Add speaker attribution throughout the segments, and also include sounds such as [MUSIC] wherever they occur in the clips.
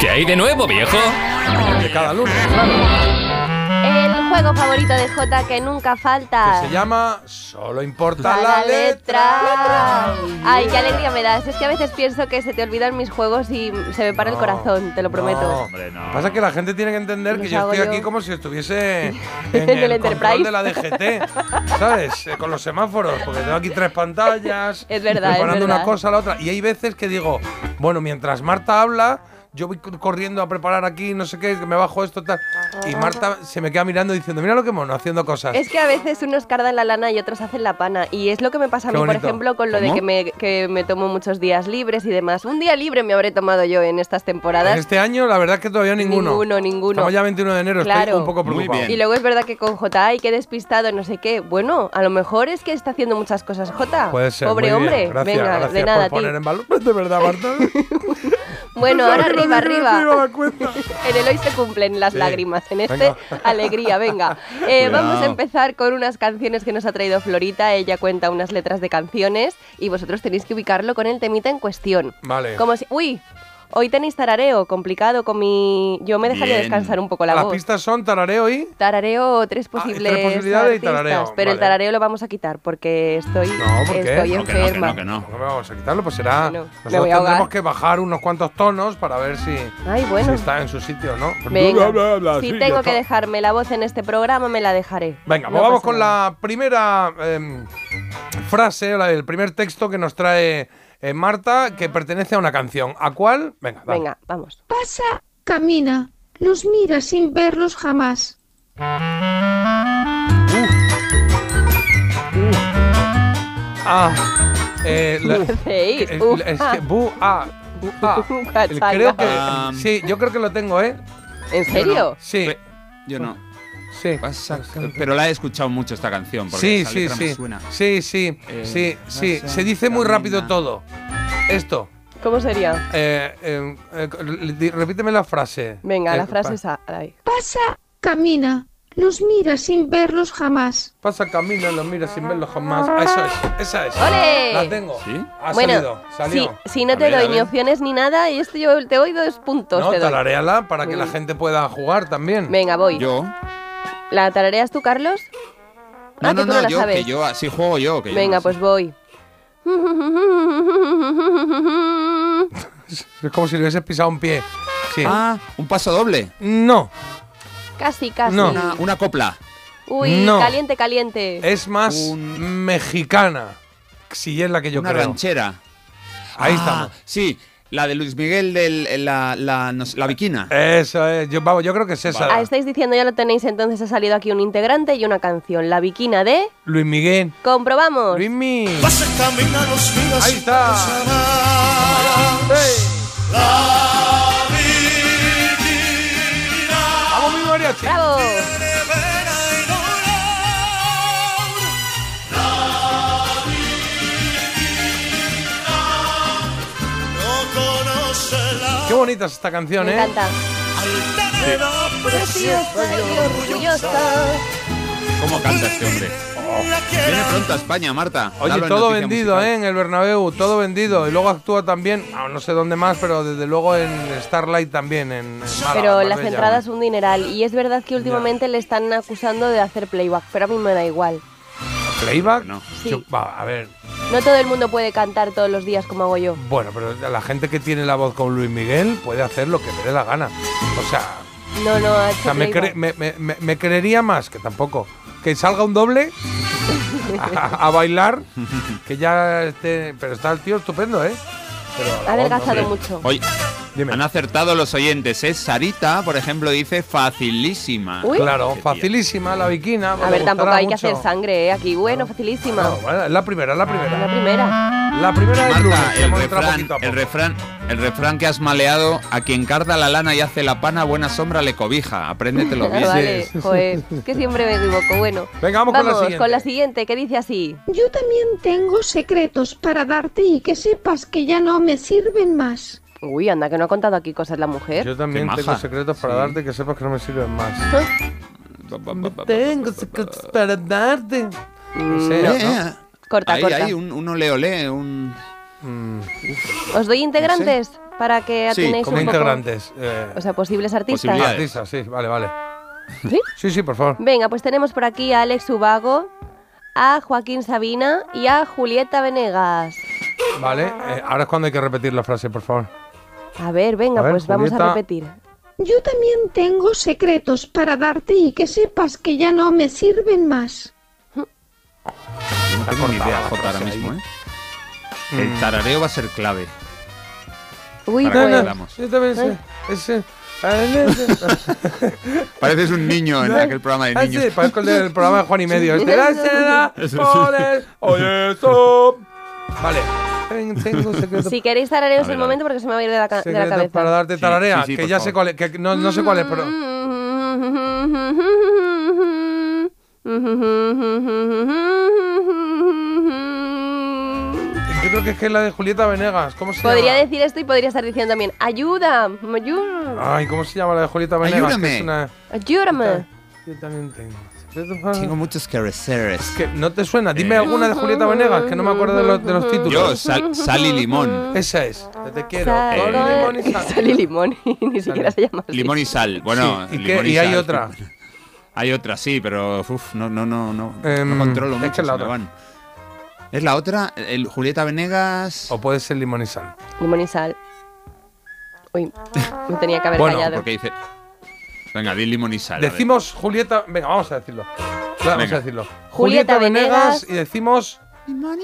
Speaker 1: ¿Qué hay de nuevo, viejo?
Speaker 2: De cada lunes, claro.
Speaker 3: El juego favorito de Jota que nunca falta.
Speaker 2: Que se llama Solo importa la, letra.
Speaker 3: Ay, qué alegría me das. Es que a veces pienso que se te olvidan mis juegos y se me para el
Speaker 2: No,
Speaker 3: corazón, te lo
Speaker 2: No,
Speaker 3: prometo.
Speaker 4: Hombre, no.
Speaker 2: Pasa que la gente tiene que entender que
Speaker 3: Los
Speaker 2: yo
Speaker 3: hago
Speaker 2: estoy
Speaker 3: yo.
Speaker 2: aquí como si
Speaker 3: [LAUGHS]
Speaker 2: estuviese en
Speaker 3: En
Speaker 2: el,
Speaker 3: el
Speaker 2: control
Speaker 3: Enterprise.
Speaker 2: de la DGT, ¿sabes? Eh, Con los semáforos, porque tengo aquí tres pantallas,
Speaker 3: [LAUGHS] Es verdad, es
Speaker 2: preparando una
Speaker 3: verdad.
Speaker 2: cosa a la otra. Y hay veces que digo, bueno, mientras Marta habla, yo voy cor- corriendo a preparar aquí, no sé qué, que me bajo esto, tal. Y Marta se me queda mirando diciendo, mira lo que mono, haciendo cosas.
Speaker 3: Es que a veces unos cardan la lana y otros hacen la pana. Y es lo que me pasa a
Speaker 2: Qué
Speaker 3: mí, por
Speaker 2: bonito.
Speaker 3: ejemplo, con lo de
Speaker 4: ¿Cómo?
Speaker 3: que me, que me tomo muchos días libres y demás. Un día libre me habré tomado yo en estas
Speaker 2: En
Speaker 3: temporadas.
Speaker 2: este año, la verdad es que todavía ninguno.
Speaker 3: Ninguno, ninguno.
Speaker 2: Estamos ya 21 de enero, estoy
Speaker 3: Claro.
Speaker 2: un poco
Speaker 4: Muy
Speaker 2: preocupado.
Speaker 4: bien.
Speaker 3: Y luego es verdad que con Jota hay que despistado, no sé qué. Bueno, a lo mejor es que está haciendo muchas cosas Jota.
Speaker 2: Puede ser.
Speaker 3: Pobre
Speaker 2: muy bien.
Speaker 3: hombre.
Speaker 2: Gracias,
Speaker 3: Venga,
Speaker 2: gracias
Speaker 3: de nada,
Speaker 2: por poner
Speaker 3: tío.
Speaker 2: en valor. De verdad, Marta.
Speaker 3: [LAUGHS] Bueno, ahora arriba, arriba.
Speaker 2: arriba.
Speaker 3: En el hoy se cumplen las
Speaker 2: Sí.
Speaker 3: lágrimas, en este
Speaker 2: Venga.
Speaker 3: alegría, venga. Eh,
Speaker 4: Cuidado.
Speaker 3: vamos a empezar con unas canciones que nos ha traído Florita. Ella cuenta unas letras de canciones y vosotros tenéis que ubicarlo con el temita en cuestión.
Speaker 2: Vale.
Speaker 3: Como si, uy, hoy tenéis tarareo, complicado con mi... Yo me dejaría
Speaker 4: Bien.
Speaker 3: descansar un poco la,
Speaker 2: Las
Speaker 3: voz.
Speaker 2: pistas son tarareo y.
Speaker 3: Tarareo,
Speaker 2: tres
Speaker 3: tres posibles
Speaker 2: posibilidades y
Speaker 3: artistas,
Speaker 2: tarareo,
Speaker 3: pero el
Speaker 2: vale.
Speaker 3: tarareo lo vamos a quitar porque estoy,
Speaker 2: No, ¿por qué?
Speaker 3: estoy
Speaker 4: No, que no, que
Speaker 3: enferma.
Speaker 4: no, que no.
Speaker 2: No me vamos a quitarlo, pues será.
Speaker 3: Bueno, me
Speaker 2: Nosotros
Speaker 3: voy a ahogar.
Speaker 2: tendremos que bajar unos cuantos tonos para ver si,
Speaker 3: Ay, bueno.
Speaker 2: si está en su sitio o no.
Speaker 3: Venga, si
Speaker 2: sí, ya
Speaker 3: tengo
Speaker 2: está.
Speaker 3: que dejarme la voz en este programa, me la dejaré.
Speaker 2: Venga,
Speaker 3: No
Speaker 2: pues vamos
Speaker 3: pasa
Speaker 2: con
Speaker 3: nada.
Speaker 2: la primera em, frase, la- el primer texto que nos trae eh, Marta, que pertenece a una canción. ¿A cuál? Venga, dale.
Speaker 3: Venga, vamos. [LAUGHS]
Speaker 5: Pasa, camina, los mira sin verlos jamás.
Speaker 2: Ah, eh, la-
Speaker 3: [LAUGHS] Hacéis?
Speaker 2: Es,
Speaker 3: Uf.
Speaker 2: es que bu ah, bu,
Speaker 3: [LAUGHS]
Speaker 2: ah. El-
Speaker 3: Cachaca.
Speaker 2: creo que
Speaker 4: Um,
Speaker 2: sí, yo creo que lo tengo, ¿eh?
Speaker 3: ¿En serio?
Speaker 2: Sí,
Speaker 4: Pe- Yo no.
Speaker 2: sí.
Speaker 4: Pasa- Pero la he escuchado mucho esta canción. Porque
Speaker 2: Sí,
Speaker 4: esa
Speaker 2: sí,
Speaker 4: letra me
Speaker 2: sí.
Speaker 4: suena.
Speaker 2: Sí, sí,
Speaker 4: Eh,
Speaker 2: sí, sí.
Speaker 4: pasa,
Speaker 2: Se dice muy
Speaker 4: camina.
Speaker 2: rápido todo. Esto.
Speaker 3: ¿Cómo sería?
Speaker 2: eh, eh, eh, l- di- repíteme la frase.
Speaker 3: Venga,
Speaker 2: Eh,
Speaker 3: la frase
Speaker 2: pa-
Speaker 3: esa. Ay.
Speaker 5: Pasa, camina, los mira sin verlos jamás.
Speaker 2: Pasa camino, lo mira sin verlo jamás. Ah, eso es, esa es.
Speaker 3: ¡Ole!
Speaker 2: La tengo.
Speaker 4: ¿Sí?
Speaker 2: Ha
Speaker 3: Bueno,
Speaker 2: salido, salió.
Speaker 3: Si, si no te
Speaker 4: A ver, a
Speaker 3: doy ni
Speaker 4: ver.
Speaker 3: opciones ni nada, y esto yo te doy dos puntos.
Speaker 2: No,
Speaker 3: te doy.
Speaker 2: talaréala para que
Speaker 3: Muy
Speaker 2: la
Speaker 3: bien.
Speaker 2: gente pueda jugar también.
Speaker 3: Mm. Venga, voy.
Speaker 4: Yo.
Speaker 2: Ah,
Speaker 3: ¿La tarareas tú, Carlos?
Speaker 4: No,
Speaker 3: ah,
Speaker 4: no,
Speaker 3: que tú
Speaker 4: no,
Speaker 3: la
Speaker 4: yo,
Speaker 3: sabes.
Speaker 4: que yo así juego yo. Que yo
Speaker 3: Venga,
Speaker 4: no sé.
Speaker 3: pues voy. [LAUGHS]
Speaker 2: Es como si le hubieses pisado un pie. Sí.
Speaker 4: Ah, un paso doble.
Speaker 2: No,
Speaker 3: Casi, casi.
Speaker 2: No.
Speaker 4: Una, una copla.
Speaker 3: Uy,
Speaker 2: No. Eh,
Speaker 3: caliente, caliente.
Speaker 2: es más
Speaker 4: Un-
Speaker 2: mexicana. Si es la que yo
Speaker 4: una
Speaker 2: creo.
Speaker 4: ranchera.
Speaker 2: Ahí
Speaker 4: Ah,
Speaker 2: estamos.
Speaker 4: Sí, la de Luis Miguel, del, la, la, no sé, la vikina.
Speaker 2: Eso es, yo, vamos, yo creo que es esa.
Speaker 3: Ah, estáis diciendo, ya lo tenéis, entonces ha salido aquí un integrante y una canción. La viquina de...
Speaker 2: Luis Miguel.
Speaker 3: Comprobamos.
Speaker 2: Luis Miguel. Ahí
Speaker 6: Ahí
Speaker 2: está. Sí. Vamos, mi mariachi.
Speaker 3: ¡Bravo!
Speaker 2: Qué bonita es esta canción,
Speaker 3: Me
Speaker 2: ¿eh?
Speaker 3: encanta. Preciosa y orgullosa.
Speaker 4: ¿Cómo canta este hombre? Viene pronto a España, Marta.
Speaker 2: Oye,
Speaker 4: Dalo en
Speaker 2: todo
Speaker 4: Noticia
Speaker 2: vendido,
Speaker 4: Musical.
Speaker 2: ¿eh? En el Bernabéu, todo vendido. Y luego actúa también, ah, no sé dónde más, pero desde luego en Starlight también, en, en Málaga,
Speaker 3: Pero las
Speaker 2: Marbella.
Speaker 3: entradas un dineral. Y es verdad que últimamente le están acusando de hacer playback, pero a mí me da igual.
Speaker 2: ¿Playback?
Speaker 4: No.
Speaker 3: Sí.
Speaker 2: Yo- va, a ver,
Speaker 3: No todo el mundo puede cantar todos los días como hago yo.
Speaker 2: bueno, pero la gente que tiene la voz con Luis Miguel puede hacer lo que le dé la gana. O sea,
Speaker 3: No, no, ha
Speaker 2: O
Speaker 3: hecho
Speaker 2: sea, me,
Speaker 3: playback.
Speaker 2: cre- me- me- me- me creería más que tampoco. Que salga un doble a, a bailar, que ya esté. Pero está el tío estupendo, ¿eh?
Speaker 3: Ha adelgazado mucho.
Speaker 4: Oye,
Speaker 2: Dime.
Speaker 4: han acertado los oyentes, ¿eh? Sarita, por ejemplo, dice facilísima.
Speaker 3: Uy.
Speaker 2: Claro,
Speaker 4: Qué tía.
Speaker 2: facilísima la viquina.
Speaker 3: A
Speaker 2: pues le
Speaker 3: ver, tampoco
Speaker 2: gustará
Speaker 3: hay que
Speaker 2: mucho.
Speaker 3: hacer sangre, ¿eh? Aquí, bueno, facilísima.
Speaker 2: No, bueno, es la primera, es la
Speaker 3: La
Speaker 2: primera.
Speaker 3: primera.
Speaker 2: La primera es
Speaker 4: Marta,
Speaker 2: lunes, que
Speaker 4: el
Speaker 2: hemos entrado
Speaker 4: refrán,
Speaker 2: poquito a poco.
Speaker 4: el refrán, el refrán que has maleado, a quien carda la lana y hace la pana, buena sombra le
Speaker 3: [LAUGHS]
Speaker 4: cobija. Apréndetelo bien.
Speaker 3: Ah, vale, joder. Es que siempre me equivoco. Bueno.
Speaker 2: Venga, vamos con la siguiente.
Speaker 3: que dice así.
Speaker 5: Yo también tengo secretos para darte y que sepas que ya no me sirven más.
Speaker 3: Uy, anda, que no ha contado aquí cosas la mujer.
Speaker 2: Yo también
Speaker 4: Qué
Speaker 2: tengo
Speaker 4: maja.
Speaker 2: secretos para
Speaker 4: Sí.
Speaker 2: darte que sepas que no me sirven más.
Speaker 4: Ba, ba, ba, ba,
Speaker 2: tengo
Speaker 4: ba, ba,
Speaker 2: secretos
Speaker 4: ba, ba.
Speaker 2: para darte. No sé,
Speaker 4: Eh,
Speaker 2: ¿no?
Speaker 4: eh.
Speaker 3: Mm, Corta,
Speaker 4: ahí,
Speaker 3: corta.
Speaker 4: ahí, un, un ole ole, un...
Speaker 2: Mm,
Speaker 3: ¿Os doy integrantes? para que
Speaker 4: Sí,
Speaker 3: atiendáis
Speaker 2: Como
Speaker 3: un poco-
Speaker 2: integrantes. eh,
Speaker 3: O sea, posibles artistas.
Speaker 4: Posibilidades.
Speaker 2: artistas, sí, vale, vale.
Speaker 3: ¿Sí?
Speaker 2: Sí, sí, por favor.
Speaker 3: Venga, pues tenemos por aquí a Alex Ubago, a Joaquín Sabina y a Julieta Venegas.
Speaker 2: Vale, eh, ahora es cuando hay que repetir la frase, por favor.
Speaker 3: A ver, venga,
Speaker 2: A ver,
Speaker 3: pues vamos
Speaker 2: Julieta.
Speaker 3: a repetir.
Speaker 5: Yo también tengo secretos para darte y que sepas que ya no me sirven más.
Speaker 4: Yo no tengo ni idea, Jota, ahora mismo, ¿eh?
Speaker 2: Mm.
Speaker 4: El tarareo va a ser clave.
Speaker 3: Uy,
Speaker 4: Para que
Speaker 3: pues,
Speaker 4: hablamos.
Speaker 2: yo también sé. Ese, ah,
Speaker 3: [LAUGHS]
Speaker 2: ese-
Speaker 4: Pareces un
Speaker 2: [LAUGHS]
Speaker 4: niño en aquel programa de
Speaker 2: Ah,
Speaker 4: niños.
Speaker 2: sí, parezco el del programa de Juan y Medio. Este, la seda,
Speaker 4: Eso sí.
Speaker 2: pones, oye, eso. Vale. Ten- Tengo secreto,
Speaker 3: si queréis tarareos
Speaker 4: A ver,
Speaker 3: el
Speaker 4: a ver.
Speaker 3: momento porque se me va a ir de la, ca- de la
Speaker 2: secreto
Speaker 3: cabeza.
Speaker 2: para darte
Speaker 4: Sí,
Speaker 2: tararea,
Speaker 4: sí, sí,
Speaker 2: que
Speaker 4: por
Speaker 2: ya sé
Speaker 4: favor.
Speaker 2: cuál es, que no, no sé cuál es, pero...
Speaker 3: [LAUGHS]
Speaker 2: Yo creo que es que es la de Julieta Venegas. ¿Cómo se
Speaker 3: Mm. Podría
Speaker 2: llama?
Speaker 3: decir esto y podría estar diciendo también, ayuda, ayú-
Speaker 2: Ay, ¿cómo se llama la de Julieta Venegas? Que
Speaker 4: Ayúdame.
Speaker 2: es una-
Speaker 3: ayúdame.
Speaker 2: Yo también tengo. secreto para-
Speaker 4: Tengo muchos careceres.
Speaker 2: Que no te suena. Dime
Speaker 4: Eh.
Speaker 2: alguna de Julieta Venegas, que no me acuerdo de los, de los títulos.
Speaker 4: Yo, sal, sal
Speaker 2: [LAUGHS]
Speaker 4: y limón.
Speaker 2: Esa es. Yo te quiero.
Speaker 3: Sal
Speaker 2: Con
Speaker 3: con-
Speaker 2: eh, limón y sal.
Speaker 3: [LAUGHS] Sal y limón, y ni siquiera se llama así.
Speaker 4: Limón y sal. Bueno,
Speaker 2: Sí, ¿y,
Speaker 4: limón
Speaker 2: qué? y hay
Speaker 4: sal.
Speaker 2: otra.
Speaker 4: Hay otra, sí, pero uf, no, no, no, no,
Speaker 2: Em,
Speaker 4: no controlo
Speaker 2: es
Speaker 4: mucho.
Speaker 2: que es la
Speaker 4: se me
Speaker 2: otra.
Speaker 4: van. Es la otra, el Julieta Venegas.
Speaker 2: O puede ser limón y sal.
Speaker 3: Limón y sal. Uy, [LAUGHS] me tenía que haber
Speaker 2: Bueno,
Speaker 3: callado.
Speaker 4: porque dice. Venga, di limón y sal. a ver.
Speaker 2: Decimos Julieta. Venga, vamos a decirlo. Vamos
Speaker 4: Venga.
Speaker 2: a decirlo. Julieta,
Speaker 3: Julieta
Speaker 2: Venegas
Speaker 3: Venegas.
Speaker 2: y decimos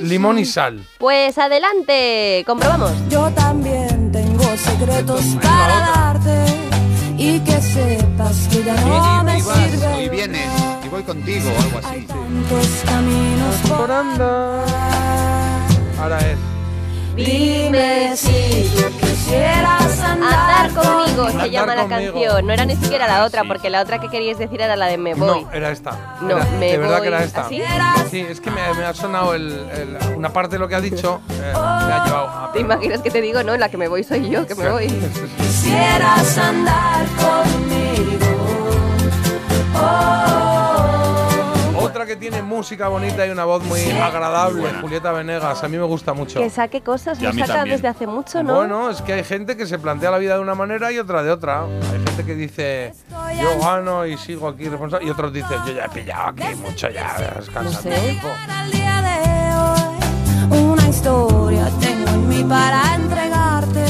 Speaker 2: limón y sal.
Speaker 3: Pues adelante, comprobamos.
Speaker 1: Yo también tengo secretos para darte y que sepas que ya no
Speaker 4: Vienes
Speaker 1: me
Speaker 4: y vas, hoy
Speaker 1: sirve.
Speaker 4: vienes y voy contigo o algo
Speaker 1: Hay
Speaker 4: así.
Speaker 1: tantos caminos por
Speaker 2: Coranda. Ahora es.
Speaker 1: Dime si tú quisieras andar
Speaker 3: Andar
Speaker 1: conmigo.
Speaker 3: conmigo se llama la
Speaker 2: Andar conmigo.
Speaker 3: canción. No era ni siquiera la otra,
Speaker 4: Sí.
Speaker 3: porque la otra que queríais decir era la de me voy.
Speaker 2: No, eh. era esta.
Speaker 3: No,
Speaker 2: Era-
Speaker 3: me
Speaker 2: de verdad
Speaker 3: voy.
Speaker 2: que era esta.
Speaker 3: ¿Así?
Speaker 2: Sí, es que me, me ha sonado el, el- una parte de lo que ha dicho. eh, me ha llevado a.
Speaker 3: ¿Te imaginas que te digo, no? La que me voy soy yo, que me voy.
Speaker 1: Quisieras andar conmigo.
Speaker 2: [LAUGHS]
Speaker 1: Oh.
Speaker 2: Otra que tiene música bonita y una voz muy agradable, Julieta Venegas. A mí me gusta mucho.
Speaker 3: Que saque cosas,
Speaker 4: Y a
Speaker 3: lo
Speaker 4: mí
Speaker 3: saca
Speaker 4: también.
Speaker 3: desde hace mucho, ¿no?
Speaker 2: Bueno, es que hay gente que se plantea la vida de una manera y otra de otra. Hay gente que dice, yo gano y sigo aquí responsable. Y otros dicen, yo ya he pillado aquí mucho, ya descansando.
Speaker 3: No sé.
Speaker 1: Al día de hoy, una historia tengo en mí para entregarte.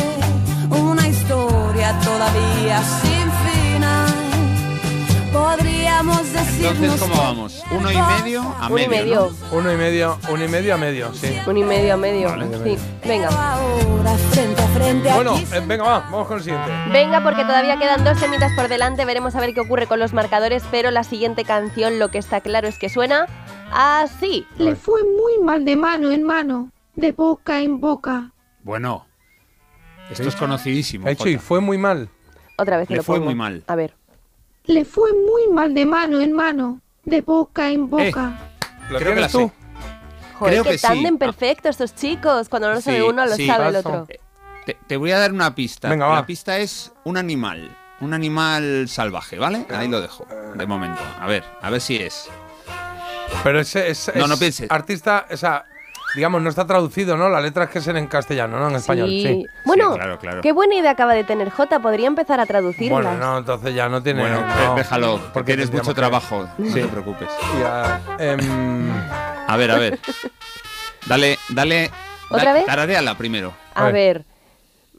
Speaker 1: Una historia todavía sin final. Podríamos decirnos.
Speaker 4: Entonces, ¿cómo vamos? Uno y medio a
Speaker 3: Uno y
Speaker 4: medio.
Speaker 3: medio.
Speaker 4: ¿no?
Speaker 2: Uno y medio, uno y medio a medio, sí.
Speaker 3: Un y medio a medio.
Speaker 2: Vale.
Speaker 3: Sí, venga.
Speaker 1: Ahora, frente a frente.
Speaker 2: Bueno,
Speaker 1: aquí
Speaker 2: eh, venga, va, vamos con el siguiente.
Speaker 3: Venga, porque todavía quedan dos semitas por delante. Veremos a ver qué ocurre con los marcadores. Pero la siguiente canción, lo que está claro es que suena así.
Speaker 5: Le fue muy mal de mano en mano, de boca en boca.
Speaker 4: Bueno, esto es conocidísimo.
Speaker 2: Hecho y
Speaker 4: Jota.
Speaker 2: fue muy mal.
Speaker 3: Otra vez te
Speaker 4: Le
Speaker 3: lo
Speaker 4: fue
Speaker 3: pongo.
Speaker 4: muy mal.
Speaker 3: A ver.
Speaker 5: Le fue muy mal de mano en mano, de boca en boca.
Speaker 2: ¿Lo
Speaker 4: Creo que
Speaker 2: tienes
Speaker 4: la
Speaker 2: tú?
Speaker 4: sé.
Speaker 3: Joder,
Speaker 4: Creo
Speaker 3: que,
Speaker 4: que sí. Ah.
Speaker 3: tan perfecto estos chicos. Cuando no lo sabe
Speaker 4: Sí,
Speaker 3: uno, lo
Speaker 4: sí,
Speaker 3: sabe el
Speaker 2: paso. Eh,
Speaker 3: otro.
Speaker 4: Te, te voy a dar una pista.
Speaker 2: Venga, va.
Speaker 4: La pista es un animal. Un animal salvaje, ¿vale? Ahí lo dejo, de momento. A ver, a ver si es.
Speaker 2: Pero ese es,
Speaker 4: No,
Speaker 2: es
Speaker 4: no pienses.
Speaker 2: artista, o sea, digamos, no está traducido, ¿no? La letra es que es en castellano, no en español, sí.
Speaker 3: Bueno,
Speaker 4: Sí, claro, claro.
Speaker 3: qué buena idea acaba de tener J. Podría empezar a traducirlas.
Speaker 2: Bueno, no, entonces ya no tiene...
Speaker 4: Bueno,
Speaker 2: no.
Speaker 4: déjalo, porque tienes
Speaker 2: tendríamos que-
Speaker 4: mucho trabajo. No te preocupes.
Speaker 2: Ya, em,
Speaker 4: A ver, a ver. Dale, dale.
Speaker 3: ¿Otra
Speaker 4: dale-
Speaker 3: vez?
Speaker 4: Tarareala primero.
Speaker 3: A
Speaker 2: A
Speaker 3: ver.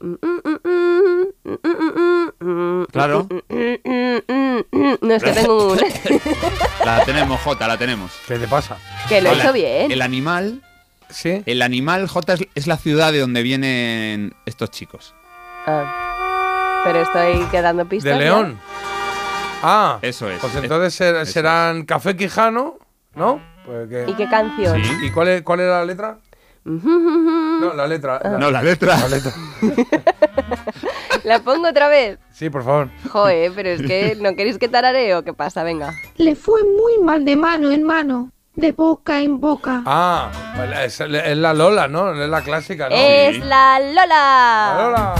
Speaker 3: Mm,
Speaker 4: Claro.
Speaker 3: mm, No es que tengo un.
Speaker 4: [LAUGHS]
Speaker 3: [LAUGHS]
Speaker 4: La tenemos, Jota, la tenemos.
Speaker 2: ¿Qué te pasa?
Speaker 3: que lo he
Speaker 4: Hola.
Speaker 3: hecho bien.
Speaker 4: El animal,
Speaker 2: ¿Sí?
Speaker 4: el animal, Jota, es, es la ciudad de donde vienen estos chicos.
Speaker 3: Ah. Pero estoy quedando pistas.
Speaker 2: De
Speaker 3: ya.
Speaker 2: León. Ah,
Speaker 4: Eso es.
Speaker 2: Pues
Speaker 4: Es-
Speaker 2: entonces ser-
Speaker 4: eso
Speaker 2: serán Café Quijano, ¿no? Pues que-
Speaker 3: ¿Y qué canción? [LAUGHS]
Speaker 4: Sí.
Speaker 2: ¿Y cuál, es- cuál era la letra? No, la letra.
Speaker 3: Ah.
Speaker 2: la-
Speaker 4: No, la letra.
Speaker 2: la letra.
Speaker 3: La pongo otra vez.
Speaker 2: Sí, por favor.
Speaker 3: Joe, pero es que no queréis que tarareo. ¿Qué pasa? Venga.
Speaker 5: Le fue muy mal de mano en mano, de boca en boca.
Speaker 2: Ah, vale, es, es la Lola, ¿no? Es la clásica, ¿no?
Speaker 3: Es la
Speaker 2: La
Speaker 3: Lola.
Speaker 2: Lola.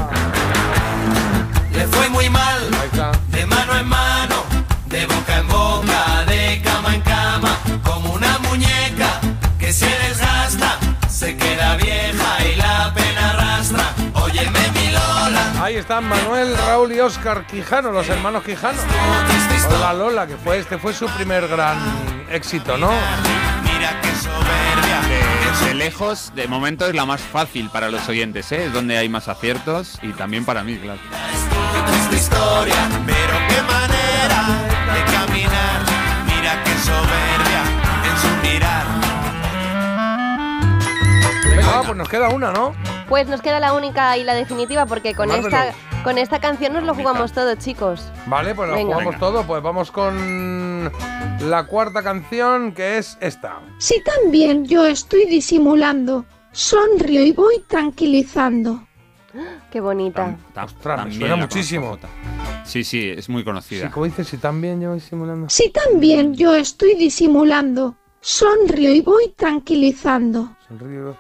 Speaker 6: Le fue muy mal,
Speaker 2: Ahí está.
Speaker 6: de mano en mano, de boca en boca, de cama en cama, como una muñeca que se desgasta, se queda vieja y la pena arrastra. Óyeme mi Lola,
Speaker 2: están Manuel, Raúl y Óscar Quijano, los hermanos Quijano. Hola Lola, que fue este fue su primer gran éxito, ¿no?
Speaker 6: Mira qué soberbia.
Speaker 4: De, de lejos, de momento es la más fácil para los oyentes, ¿eh? es donde hay más aciertos y también para mí, claro.
Speaker 6: Es tu historia, pero qué manera de caminar. Mira qué soberbia en su mirar.
Speaker 2: Venga, va, pues nos queda una, ¿no?
Speaker 3: Pues nos queda la única y la definitiva porque con
Speaker 2: Tomármelo.
Speaker 3: esta, con esta canción nos lo jugamos todo, chicos.
Speaker 2: Vale, pues lo
Speaker 3: Venga.
Speaker 2: jugamos
Speaker 4: Venga.
Speaker 2: todo. Pues vamos con la cuarta canción, que es esta.
Speaker 5: Si también yo estoy disimulando, sonrío y voy tranquilizando.
Speaker 3: Qué bonita.
Speaker 4: Tam- tam-
Speaker 2: Ostras, me
Speaker 4: también
Speaker 2: suena
Speaker 4: la conozco,
Speaker 2: muchísimo.
Speaker 4: Jota. Sí, sí, es muy
Speaker 2: Sí,
Speaker 4: conocida.
Speaker 2: como dices, si también yo voy simulando.
Speaker 5: Si también yo estoy disimulando, sonrío y voy tranquilizando.
Speaker 2: Sonrío.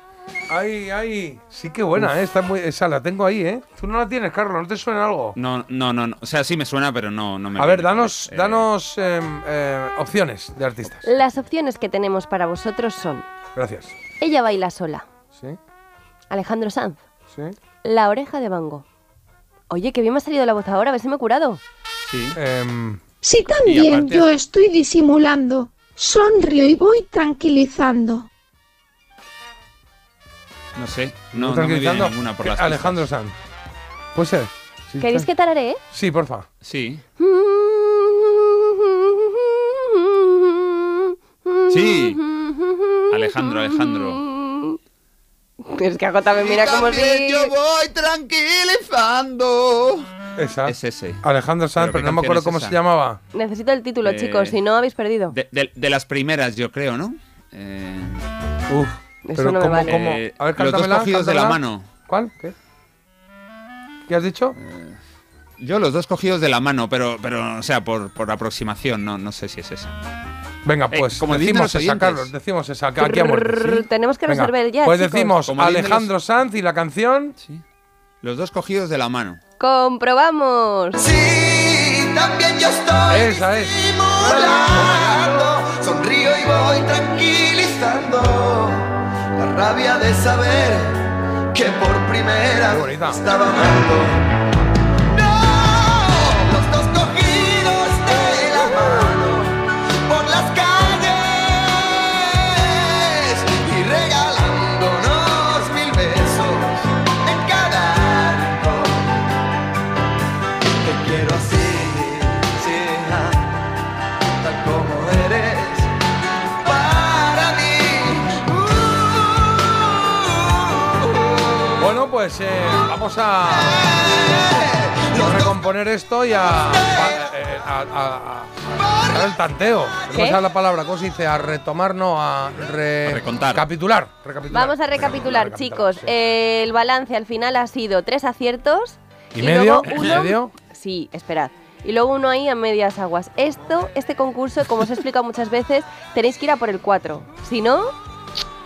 Speaker 2: Ay, ay. Sí, que buena, ¿eh? Está muy, esa la tengo ahí, ¿eh? Tú no la tienes, Carlos, ¿no te suena algo?
Speaker 4: No, no, no, no. O sea, sí me suena, pero no, no me.
Speaker 2: A ver,
Speaker 4: viene.
Speaker 2: danos,
Speaker 4: Eh,
Speaker 2: danos em, eh, opciones de artistas.
Speaker 3: Las opciones que tenemos para vosotros son
Speaker 2: Gracias.
Speaker 3: Ella baila sola,
Speaker 2: Sí,
Speaker 3: Alejandro Sanz,
Speaker 2: sí.
Speaker 3: La oreja de Van Gogh. Oye, que bien me ha salido la voz ahora, a ver si me he curado.
Speaker 4: Sí.
Speaker 2: Em,
Speaker 5: Si también
Speaker 4: aparte-
Speaker 5: yo estoy disimulando, sonrío y voy tranquilizando.
Speaker 4: No sé. No, no me viene
Speaker 2: tranquilizando,
Speaker 4: ninguna por
Speaker 2: que-
Speaker 4: las
Speaker 2: Alejandro Sanz. Puede ser. Sí,
Speaker 3: ¿Queréis
Speaker 2: está-
Speaker 3: que tararé?
Speaker 2: Sí, porfa.
Speaker 4: Sí. Sí. Alejandro, Alejandro.
Speaker 3: Es que Jota me mira como si...
Speaker 4: voy tranquilizando.
Speaker 2: Esa.
Speaker 4: Es ese.
Speaker 2: Alejandro Sanz,
Speaker 4: Pero
Speaker 2: pero,
Speaker 4: ¿qué
Speaker 2: no me acuerdo
Speaker 4: canción
Speaker 2: cómo
Speaker 4: es esa?
Speaker 2: se llamaba.
Speaker 3: Necesito el título,
Speaker 4: Eh,
Speaker 3: chicos, si no habéis perdido.
Speaker 4: De, de- de las primeras, yo creo, ¿no? Eh,
Speaker 2: Uf.
Speaker 3: Eso
Speaker 2: pero
Speaker 3: no me
Speaker 2: ¿cómo,
Speaker 3: vale.
Speaker 2: cómo?
Speaker 4: Eh,
Speaker 2: A ver,
Speaker 4: los dos
Speaker 2: cántamela,
Speaker 4: cogidos de la
Speaker 2: cántamela.
Speaker 4: mano. Eh,
Speaker 2: ¿Cuál? ¿Qué? ¿Qué has dicho?
Speaker 4: yo los dos cogidos de la mano, pero, pero o sea, por, por aproximación, no, no sé si es esa.
Speaker 2: Venga,
Speaker 4: Eh,
Speaker 2: pues
Speaker 4: como dicen
Speaker 2: decimos
Speaker 4: los
Speaker 2: esa,
Speaker 4: oyentes.
Speaker 2: Carlos, decimos esa, que aquí a muerte.
Speaker 3: Trrr, tenemos que
Speaker 2: Venga,
Speaker 3: resolver ya,
Speaker 2: Pues
Speaker 3: chicos.
Speaker 2: decimos
Speaker 4: Como dicen
Speaker 2: Alejandro Sanz y la canción.
Speaker 4: Sí. Los dos cogidos de la mano.
Speaker 3: ¡Comprobamos!
Speaker 6: Sí, también yo estoy
Speaker 2: Esa es.
Speaker 6: disimulando. Sonrío y voy tranquilizando la rabia de saber que por primera
Speaker 2: Qué bonita.
Speaker 6: estaba amando. No, los dos cogidos de la mano por las calles y regalándonos mil besos en cada rincón. Te quiero así, sí, ah, tal como eres para mí. Uh,
Speaker 2: Bueno, pues eh, vamos a recomponer esto y a. a- eh, a- a- a- a dar el tanteo.
Speaker 3: ¿Qué?
Speaker 2: ¿Cómo se la palabra? ¿Cómo se dice? A retomar, no, a, re-
Speaker 4: A recontar.
Speaker 2: Capitular, recapitular.
Speaker 3: Vamos a recapitular, chicos.
Speaker 2: sí.
Speaker 3: El balance al final ha sido tres aciertos.
Speaker 2: ¿Y medio?
Speaker 3: Luego
Speaker 2: ¿Y
Speaker 3: uno,
Speaker 2: medio?
Speaker 3: Sí, esperad. Y luego uno ahí a medias aguas. Esto, este concurso, como os he explicado muchas veces, tenéis que ir a por el 4. Si no,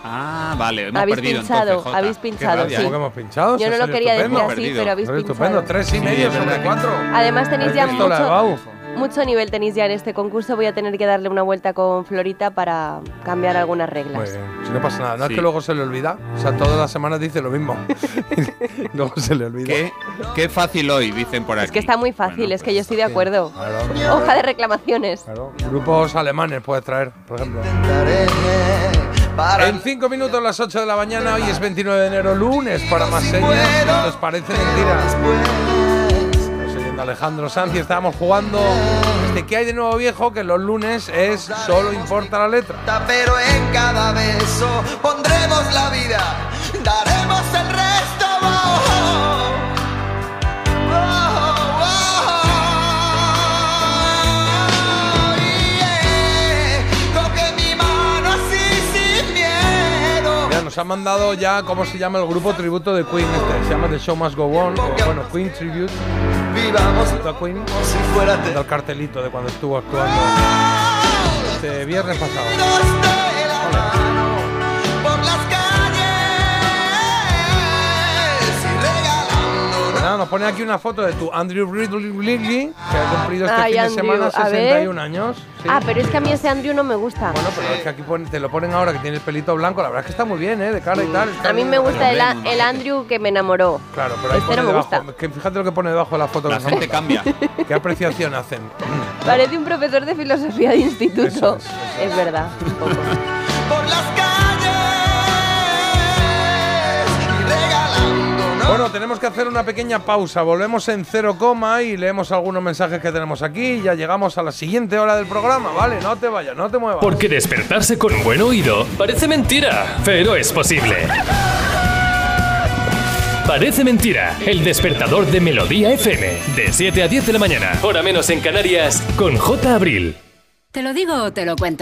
Speaker 4: Ah, vale, hemos
Speaker 3: Habéis
Speaker 4: perdido
Speaker 3: pinchado,
Speaker 4: entonces, Jota.
Speaker 3: habéis
Speaker 4: Qué
Speaker 3: pinchado,
Speaker 4: rabia,
Speaker 3: sí.
Speaker 2: ¿Cómo que hemos pinchado?
Speaker 3: yo
Speaker 2: Eso
Speaker 3: no
Speaker 2: sería
Speaker 3: lo quería decir
Speaker 2: estupendo.
Speaker 3: así,
Speaker 4: Perdido.
Speaker 3: pero habéis
Speaker 2: Eso es
Speaker 3: pinchado.
Speaker 2: estupendo, tres y
Speaker 4: Sí,
Speaker 2: medio
Speaker 4: es
Speaker 2: sobre
Speaker 4: verdad.
Speaker 2: cuatro.
Speaker 3: Además tenéis ya
Speaker 2: ¿Has visto la de
Speaker 3: Ah, mucho,
Speaker 2: Bau?
Speaker 3: mucho nivel tenéis ya en este concurso. Voy a tener que darle una vuelta con Florita para cambiar algunas
Speaker 2: Muy
Speaker 3: reglas.
Speaker 2: bien, si no pasa nada. No
Speaker 4: Sí.
Speaker 2: es que luego se le olvida. O sea, todas las semanas dice lo
Speaker 3: [LAUGHS]
Speaker 2: mismo. [LAUGHS] luego se le olvida.
Speaker 4: Qué, qué fácil hoy, dicen por aquí.
Speaker 3: Es que está muy fácil,
Speaker 4: Bueno,
Speaker 3: es que yo
Speaker 4: pues,
Speaker 3: estoy de acuerdo.
Speaker 2: Claro,
Speaker 3: Hoja de reclamaciones.
Speaker 2: claro. Grupos alemanes puedes traer, por ejemplo.
Speaker 6: Intentaré para
Speaker 2: En 5 minutos, las 8 de la mañana, hoy es 29 de enero, lunes, para más señas. Nos parece mentira.
Speaker 6: después.
Speaker 2: Estamos oyendo a Alejandro Sanz y estábamos jugando este ¿Qué hay de nuevo viejo? Que los lunes es solo importa la letra.
Speaker 6: Pero en cada beso pondremos la vida, daremos el resto. oh, oh, oh, oh, yeah. Coge mi mano así sin miedo.
Speaker 2: Ya nos ha mandado ya, ¿cómo se llama el grupo tributo de Queen? Este se llama The Show Must Go On. o, bueno, Queen Tribute.
Speaker 6: Vivamos
Speaker 2: tributo a Queen.
Speaker 6: como si fuera
Speaker 2: Está
Speaker 6: de
Speaker 2: el cartelito de cuando estuvo actuando este viernes pasado.
Speaker 6: la mano por las calles y regalándonos
Speaker 2: Nada, nos ponen aquí una foto de tu Andrew Ridley, Ridley, que ha cumplido este
Speaker 3: Ay,
Speaker 2: fin
Speaker 3: Andrew,
Speaker 2: de semana
Speaker 3: a ver.
Speaker 2: 61 años. Sí.
Speaker 3: Ah, pero es que a mí ese Andrew no me gusta.
Speaker 2: Bueno, pero es que aquí pone- te lo ponen ahora que tiene el pelito blanco. La verdad es que está muy bien, ¿eh? De cara y tal. está
Speaker 3: Mm, A mí
Speaker 2: bien.
Speaker 3: me gusta el,
Speaker 4: Hombre,
Speaker 3: a-
Speaker 4: no, no,
Speaker 3: el
Speaker 4: no.
Speaker 3: Andrew que me enamoró.
Speaker 2: Claro, pero ahí
Speaker 3: Este
Speaker 2: pone
Speaker 3: no me
Speaker 2: debajo.
Speaker 3: gusta.
Speaker 2: que fíjate lo que pone debajo de la foto.
Speaker 4: La
Speaker 2: que nos han
Speaker 4: gente
Speaker 2: mandado.
Speaker 4: cambia.
Speaker 2: [LAUGHS] ¿Qué apreciación hacen?
Speaker 3: Parece un profesor de filosofía de instituto.
Speaker 2: Eso es,
Speaker 3: es,
Speaker 2: eso
Speaker 3: verdad, un poco.
Speaker 6: Por las calles, regalándonos.
Speaker 2: Bueno, tenemos que hacer una pequeña pausa. Volvemos en cero coma y leemos algunos mensajes que tenemos aquí. Y ya llegamos a la siguiente hora del programa, ¿vale? No te vayas, no te muevas.
Speaker 7: Porque despertarse con un buen oído parece mentira, pero es posible. Parece mentira, el despertador de Melodía FM, de 7 a 10 de la mañana, hora menos en Canarias, con J. Abril.
Speaker 8: Te lo digo o te lo cuento.